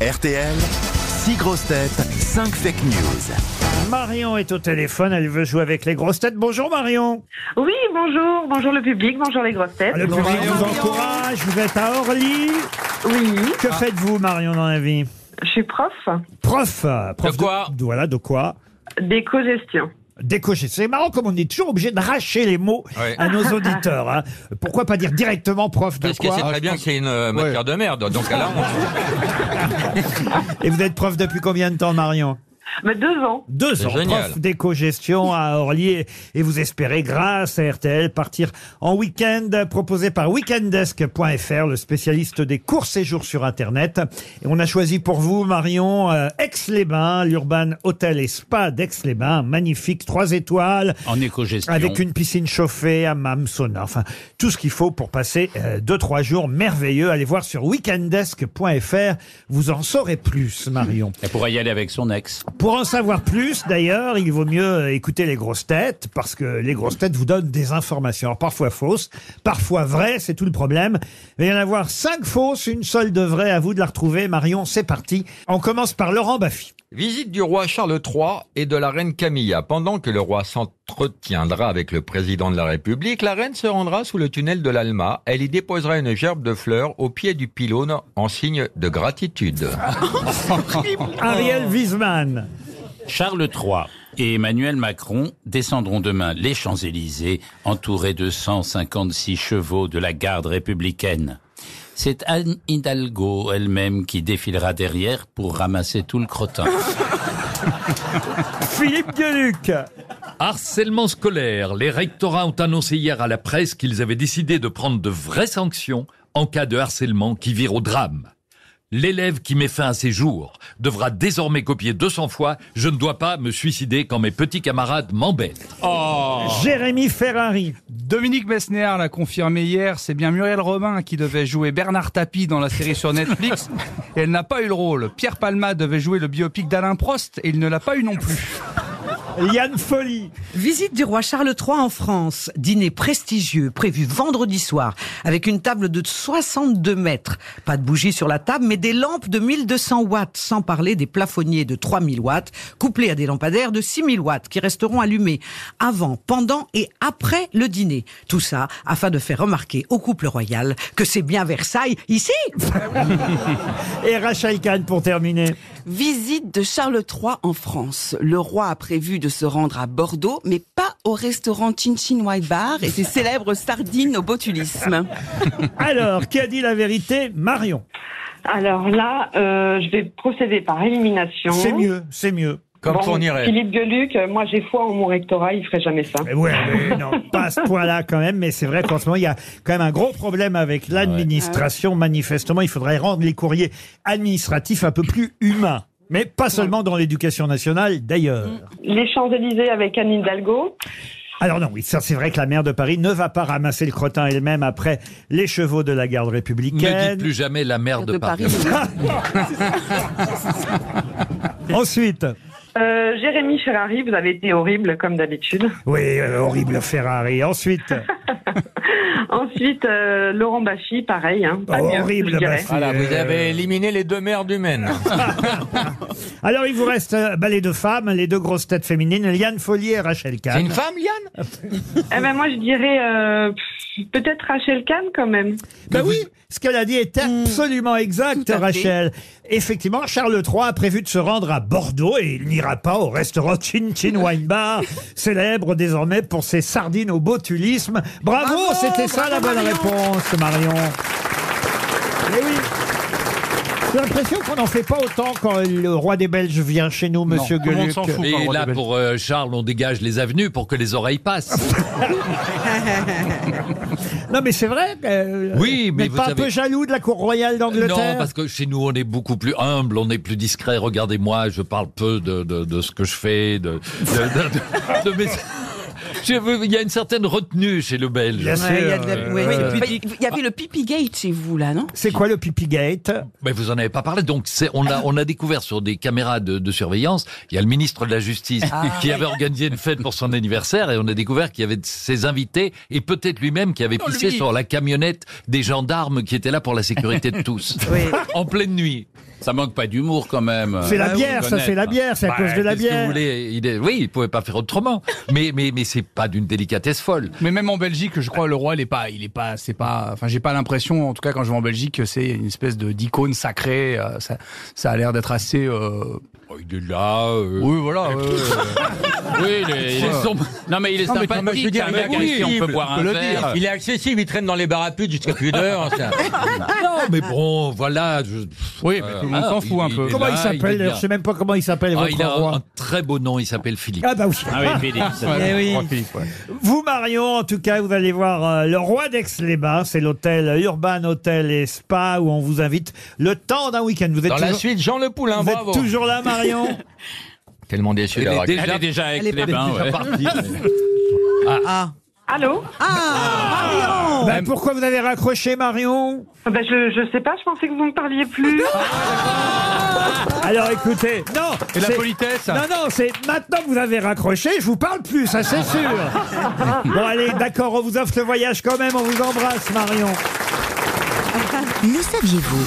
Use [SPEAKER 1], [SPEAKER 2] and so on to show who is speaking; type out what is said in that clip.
[SPEAKER 1] RTL, 6 grosses têtes, 5 fake news.
[SPEAKER 2] Marion est au téléphone, elle veut jouer avec les grosses têtes. Bonjour Marion
[SPEAKER 3] Oui, bonjour, bonjour le public, bonjour les grosses têtes.
[SPEAKER 2] Le public vous encourage, vous êtes à Orly.
[SPEAKER 3] Oui,
[SPEAKER 2] Que faites-vous Marion dans la vie
[SPEAKER 3] je suis prof
[SPEAKER 2] Prof euh, Prof
[SPEAKER 4] quoi
[SPEAKER 2] Voilà, de quoi
[SPEAKER 3] d'éco-gestion.
[SPEAKER 2] Décocher. C'est marrant comme on est toujours obligé de racher les mots
[SPEAKER 4] Ouais.
[SPEAKER 2] à nos auditeurs. hein. Pourquoi pas dire directement prof de
[SPEAKER 4] Parce que c'est
[SPEAKER 2] quoi
[SPEAKER 4] très bien que c'est une euh, matière de merde. Donc là, on...
[SPEAKER 2] Et vous êtes prof depuis combien de temps Marion
[SPEAKER 3] Mais deux ans.
[SPEAKER 2] Deux
[SPEAKER 4] C'est
[SPEAKER 2] ans,
[SPEAKER 4] génial.
[SPEAKER 2] prof d'éco-gestion à Orly et- et vous espérez, grâce à RTL, partir en week-end proposé par weekendesk.fr, le spécialiste des courts séjours sur Internet. Et on a choisi pour vous, Marion, euh, Aix-les-Bains, l'Urban Hôtel et Spa d'Aix-les-Bains, magnifique, trois étoiles,
[SPEAKER 5] En éco-gestion.
[SPEAKER 2] avec une piscine chauffée, hammam, sauna, enfin tout ce qu'il faut pour passer euh, deux trois jours merveilleux. Allez voir sur weekendesk.fr, vous en saurez plus, Marion.
[SPEAKER 5] Elle pourrait y aller avec son ex.
[SPEAKER 2] Pour en savoir plus, d'ailleurs, il vaut mieux euh, écouter les grosses têtes, parce que les grosses têtes vous donnent des informations, Alors, parfois fausses, parfois vraies, c'est tout le problème. Il va y en avoir cinq fausses, une seule de vraie, à vous de la retrouver. Marion, c'est parti. On commence par Laurent Baffy.
[SPEAKER 4] Visite du roi Charles III et de la reine Camilla. Pendant que le roi s'entretiendra avec le président de la République, la reine se rendra sous le tunnel de l'Alma. Elle y déposera une gerbe de fleurs au pied du pylône en signe de gratitude.
[SPEAKER 2] Ariel Wiesman.
[SPEAKER 5] Charles III et Emmanuel Macron descendront demain les Champs-Élysées, entourés de 156 chevaux de la garde républicaine. C'est Anne Hidalgo elle-même qui défilera derrière pour ramasser tout le crottin.
[SPEAKER 2] Philippe Gueluc.
[SPEAKER 6] Harcèlement scolaire. Les rectorats ont annoncé hier à la presse qu'ils avaient décidé de prendre de vraies sanctions en cas de harcèlement qui vire au drame. L'élève qui met fin à ses jours devra désormais copier 200 fois « Je ne dois pas me suicider quand mes petits camarades m'embêtent
[SPEAKER 2] Jérémy Ferrari.
[SPEAKER 7] Dominique Besnéard l'a confirmé hier, c'est bien Muriel Robin qui devait jouer Bernard Tapie dans la série sur Netflix, et elle n'a pas eu le rôle. Pierre Palma devait jouer le biopic d'Alain Prost, et il ne l'a pas eu non plus.
[SPEAKER 2] Yann Folly.
[SPEAKER 8] Visite du roi Charles III en France. Dîner prestigieux prévu vendredi soir avec une table de 62 mètres. Pas de bougies sur la table, mais des lampes de 1200 watts, sans parler des plafonniers de 3000 watts, couplés à des lampadaires de 6000 watts qui resteront allumés avant, pendant et après le dîner. Tout ça afin de faire remarquer au couple royal que c'est bien Versailles ici.
[SPEAKER 2] Et Rachel Kahn pour terminer.
[SPEAKER 9] Visite de Charles III en France. Le roi a prévu de se rendre à Bordeaux, mais pas au restaurant Chin Chin White Bar et ses célèbres sardines au botulisme.
[SPEAKER 2] Alors, qui a dit la vérité Marion.
[SPEAKER 3] Alors là, euh, je vais procéder par élimination.
[SPEAKER 2] C'est mieux, c'est mieux.
[SPEAKER 4] Comme
[SPEAKER 3] Bon,
[SPEAKER 4] son irait.
[SPEAKER 3] Philippe Gueluc, euh, moi j'ai foi en mon rectorat, il ferait jamais ça.
[SPEAKER 2] Eh Ouais, mais non, pas à ce point-là quand même, mais c'est vrai qu'en ce moment, il y a quand même un gros problème
[SPEAKER 6] Ah
[SPEAKER 2] avec l'administration. Manifestement, il faudrait rendre les courriers administratifs un peu plus humains. Mais pas seulement dans l'éducation nationale, d'ailleurs.
[SPEAKER 6] Mm.
[SPEAKER 3] Les Champs-Élysées avec Anne Hidalgo.
[SPEAKER 2] Alors non, oui, ça c'est vrai que la maire de Paris ne va pas ramasser le crottin elle-même après les chevaux de la garde
[SPEAKER 6] Ne dites
[SPEAKER 2] républicaine.
[SPEAKER 6] plus jamais la mère de, Paris.
[SPEAKER 2] Ensuite,
[SPEAKER 3] Euh, Jérémy Ferrari, vous avez été horrible comme d'habitude.
[SPEAKER 2] oui, euh, horrible Ferrari. Ensuite,
[SPEAKER 3] Ensuite, euh, Laurent Baffy, pareil. Hein, pas mieux,
[SPEAKER 2] horrible
[SPEAKER 3] je dirais.
[SPEAKER 2] Bastille.
[SPEAKER 4] Voilà, vous avez éliminé les deux mères du Maine.
[SPEAKER 2] Alors il vous reste euh, bah, les deux femmes, les deux grosses têtes féminines, Liane Follier et Rachel
[SPEAKER 4] C'est
[SPEAKER 2] Kahn.
[SPEAKER 4] une femme, Yann
[SPEAKER 3] Eh ben moi je dirais euh, pff, peut-être Rachel Kahn quand même.
[SPEAKER 2] Ben oui, ce qu'elle a dit était absolument
[SPEAKER 9] Bah
[SPEAKER 2] exact,
[SPEAKER 9] Mm. tout à fait.
[SPEAKER 2] Rachel. Effectivement, Charles III a prévu de se rendre à Bordeaux et il n'ira pas au restaurant Chin Chin Wine Bar, célèbre désormais pour ses sardines au botulisme. Bravo,
[SPEAKER 9] Bravo,
[SPEAKER 2] c'était ça la
[SPEAKER 9] bravo,
[SPEAKER 2] bonne réponse, Marion. Mais oui. J'ai l'impression qu'on n'en fait pas autant quand le roi des Belges vient chez nous, monsieur
[SPEAKER 7] tout le monde
[SPEAKER 2] Gueluc.
[SPEAKER 7] s'en fout.
[SPEAKER 6] Et là, pour euh, Charles, on dégage les avenues pour que les oreilles passent.
[SPEAKER 2] Non, mais c'est vrai. euh,
[SPEAKER 6] Oui, mais
[SPEAKER 2] n'êtes
[SPEAKER 6] vous
[SPEAKER 2] pas un
[SPEAKER 6] savez-
[SPEAKER 2] peu jaloux de la cour royale d'Angleterre
[SPEAKER 6] Non, parce que chez nous, on est beaucoup plus humble, on est plus discret. Regardez-moi, je parle peu de, de, de ce que je fais, de, de, de- de- de mes... Je veux- Il y a une certaine retenue chez le Belge.
[SPEAKER 2] Bien sûr.
[SPEAKER 10] Ouais, il y a de la-
[SPEAKER 6] Euh,
[SPEAKER 10] ouais,
[SPEAKER 11] Oui,
[SPEAKER 10] c'est
[SPEAKER 11] enfin,
[SPEAKER 10] public.
[SPEAKER 11] Il y avait le pipi gate chez vous, là, non
[SPEAKER 2] C'est quoi le pipi gate
[SPEAKER 6] Mais vous en avez pas parlé. Donc, c'est, on a, on a découvert sur des caméras de, de surveillance, il y a le ministre de la Justice qui avait organisé une fête pour son anniversaire et on a découvert qu'il y avait de- ses invités et peut-être lui-même qui avait pissé sur la camionnette des gendarmes qui étaient là pour la sécurité de tous. En pleine nuit.
[SPEAKER 12] Ça manque pas d'humour quand même.
[SPEAKER 2] C'est la
[SPEAKER 12] Ah oui,
[SPEAKER 2] bière, ça
[SPEAKER 12] connaître.
[SPEAKER 2] c'est la bière, c'est à
[SPEAKER 6] Bah,
[SPEAKER 2] cause de la
[SPEAKER 6] qu'est-ce que vous
[SPEAKER 2] bière.
[SPEAKER 6] voulez Il est- Oui, il pouvait pas faire autrement. Mais, mais, mais c'est pas d'une délicatesse folle.
[SPEAKER 7] Mais même en Belgique, je crois le roi, il est pas, il est pas, c'est pas. Enfin, j'ai pas l'impression, en tout cas quand je vais en Belgique, que c'est une espèce de d'icône sacrée. euh, Ça, ça a l'air d'être assez. euh,
[SPEAKER 12] Oh, il est là. euh,
[SPEAKER 7] Oui, voilà. ouais, ouais.
[SPEAKER 12] Oui, il est, il est sombre. Non, mais il est
[SPEAKER 7] Ah. Non, mais
[SPEAKER 12] sympathique.
[SPEAKER 7] quand même, je veux dire,
[SPEAKER 12] c'est un mec
[SPEAKER 7] mais
[SPEAKER 12] avec qui on
[SPEAKER 7] oui,
[SPEAKER 12] peut
[SPEAKER 7] on
[SPEAKER 12] boire
[SPEAKER 7] peut
[SPEAKER 12] un
[SPEAKER 7] le
[SPEAKER 2] Ah.
[SPEAKER 12] verre.
[SPEAKER 4] Il est accessible, il traîne dans les barrapudes jusqu'à plus d'heure. ça.
[SPEAKER 6] Non, mais bon, voilà. je-
[SPEAKER 7] Oui, mais tout le monde
[SPEAKER 6] ah,
[SPEAKER 7] s'en fout
[SPEAKER 6] il-
[SPEAKER 7] un
[SPEAKER 6] il
[SPEAKER 7] peu.
[SPEAKER 6] est
[SPEAKER 2] Comment
[SPEAKER 6] là,
[SPEAKER 2] il
[SPEAKER 6] est
[SPEAKER 2] s'appelle
[SPEAKER 6] bien.
[SPEAKER 2] Je sais même pas comment il s'appelle
[SPEAKER 6] Ah,
[SPEAKER 2] votre
[SPEAKER 6] il a un,
[SPEAKER 2] roi.
[SPEAKER 6] un très beau nom, il s'appelle Philippe.
[SPEAKER 2] Ah bah oui.
[SPEAKER 12] Ah oui, Philippe. ça-
[SPEAKER 7] Ouais,
[SPEAKER 10] oui.
[SPEAKER 7] je crois, Philippe, ouais.
[SPEAKER 2] Vous, Marion, en tout cas, vous allez voir euh, le roi d'Aix-les-Bains. C'est l'hôtel euh, Urban Hôtel et Spa où on vous invite le temps d'un week-end. Vous êtes,
[SPEAKER 13] Dans la
[SPEAKER 2] toujours,
[SPEAKER 13] suite, Jean Le Poulain,
[SPEAKER 2] vous êtes
[SPEAKER 13] bravo.
[SPEAKER 2] toujours là, Marion
[SPEAKER 13] Tellement déçu
[SPEAKER 6] Il est
[SPEAKER 13] d'avoir
[SPEAKER 6] déjà-
[SPEAKER 12] Elle est déjà avec
[SPEAKER 10] Elle est
[SPEAKER 12] les
[SPEAKER 10] partie,
[SPEAKER 12] bains. ouais.
[SPEAKER 10] Ah,
[SPEAKER 3] Allô
[SPEAKER 10] ah Marion
[SPEAKER 2] Bah, Pourquoi vous avez raccroché, Marion
[SPEAKER 3] Ah ben, je, je sais pas, je pensais que vous me parliez plus.
[SPEAKER 2] Ah, Alors écoutez, non
[SPEAKER 7] Et la
[SPEAKER 2] c'est-
[SPEAKER 7] politesse.
[SPEAKER 2] Non, non, c'est maintenant que vous avez raccroché, je vous parle plus, ça c'est sûr. bon, allez, d'accord, on vous offre le voyage quand même, on vous embrasse, Marion.
[SPEAKER 8] Le saviez-vous